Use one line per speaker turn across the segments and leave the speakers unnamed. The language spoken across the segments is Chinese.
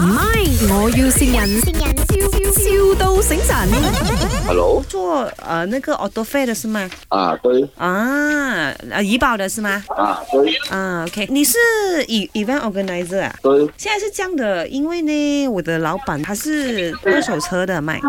唔係，我要善人，笑笑到醒神。
Hello，
做呃那个 auto fair 的是吗？
啊，对，
啊，呃怡宝的是吗？
啊，对，
啊，OK，你是 e- event organizer 啊？
对，
现在是这样的，因为呢，我的老板他是二手车的卖，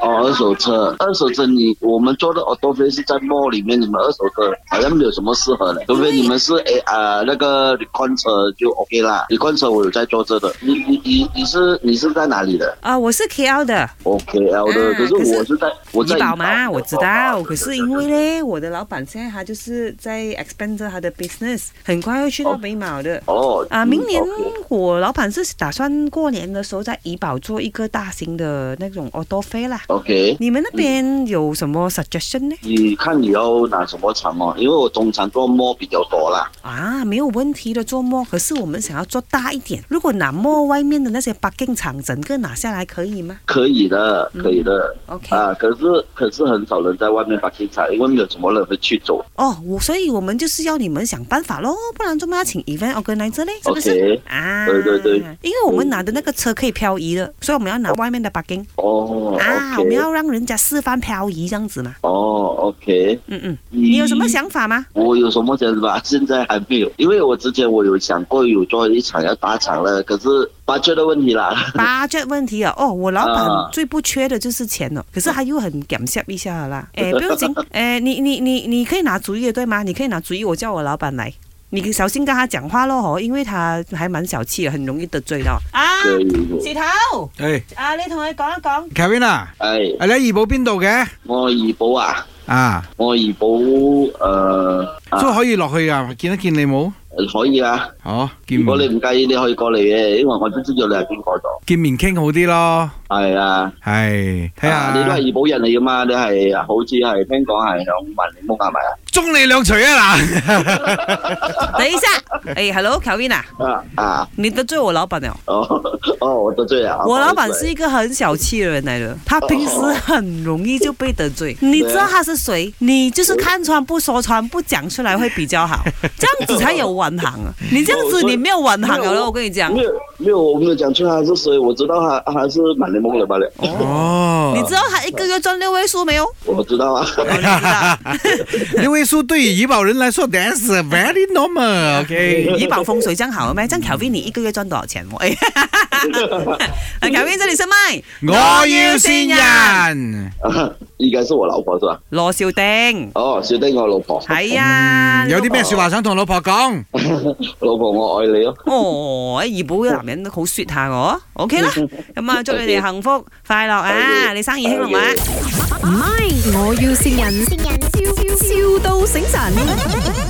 哦，二手车，二手车你，我们做的 auto f a 是在 mall 里面，你们二手车好像没有什么适合的，除非你们
嗯
是哎啊、那个 recon 车就 OK 啦，recon 车我有在做这个，你你你你是你是在哪里的
啊，我是 KL 的，
？OKL 的，
啊
可是
可是
我是在我
怡
在
宝嘛，
怡
我知道。可是因为
对
呢，我的老板现在他就是在 expand 着他的 business，很快会去到
哦
北马的。
哦
啊，明年
嗯，OK
我老板是打算过年的时候在怡宝做一个大型的那种 auto fair 啦。
OK，
你们那边
嗯
有什么 suggestion 呢？
你看你要拿什么厂哦？因为我中厂做 mall 比较多啦。
啊，没有问题的做梦，可是我们想要做大一点。如果拿摸外面的那些 parking 场整个拿下来，可以吗
可以的，
嗯
可以的。
？OK，、
啊，可是可是很少人在外面把停场，因为没有什么人会去走。
哦，我所以我们就是要你们想办法喽，不然怎么要请 event organizer 呢？是不是
OK，
啊，
对对对
因为我们拿的那个车可以漂移的，所以我们要拿外面的 parking
哦
啊我们
，OK，
要让人家示范漂移这样子嘛。
哦，OK，
嗯嗯，
你
你有什么？想法吗？
我有什么想法？ 现在还没有，因为我之前我有想过有做一场要打场了，可是八缺的问题啦。
八 t 问题啊！哦，我老
啊
板最不缺的就是钱了，可是他又很感谢一下了啦。哎，不用紧，哎，你你你你可以拿主意的对吗？你可以拿主意，我叫我老板来。你小心跟他讲话咯，哦吼，因为他还蛮小气的，很容易得罪到。啊，
所以，
石头，
诶
啊，你同佢讲一讲。
，Kevin à, 啊，
哎，
啊你喺怡保邊度嘅？
我怡保啊，
啊，
我怡保，呃，啊
都可以落去啊，見一見你冇？
可以啊。
哦，見
如果你
面
唔介意，你可以過嚟嘅，因為我都知道你係邊個咗。
見面傾好啲咯，
係啊。
係睇
啊你都係
下
怡保人嚟噶嘛？你係好似係聽講係響萬里屋係咪啊？
中你兩錘啊嗱，
等一下，哎，Hello，Kevin 啊，
啊啊
你得罪我老板了。
哦 哦，我得罪啊！
我老板
不好意
是
思哦
一个很小气的人来的，他平时很容易就被得 罪。
啊
你知道他是谁？你就是看穿不说穿，不讲出来会比 较好，这样子才有玩行啊！你这样子你没有玩行了，我跟你讲。
没有没有，我没有讲出他是谁，我知道他他是满联盟的吧嘞，
哦，
你知道他一个月赚六位数没有？
我知道啊。
我知道，
因为说对于怡保人来说，that's very normal，OK，、
怡保风水这样好了咩？这样 Kelvin 你一个月赚多少钱？我哎，Kelvin 这里是麦，
我要先人，
应该是我老婆是吧？
罗少丁，
哦，小丁我老婆，
系啊，
嗯有啲咩说話想同老婆講？
老婆我愛你哦。
哦，怡保嘅男人都好 sweet 下我，OK 啦，咁啊祝你哋幸福快樂啊，
OK
你生意興隆啊！
唔係，我要善人，笑笑到醒神。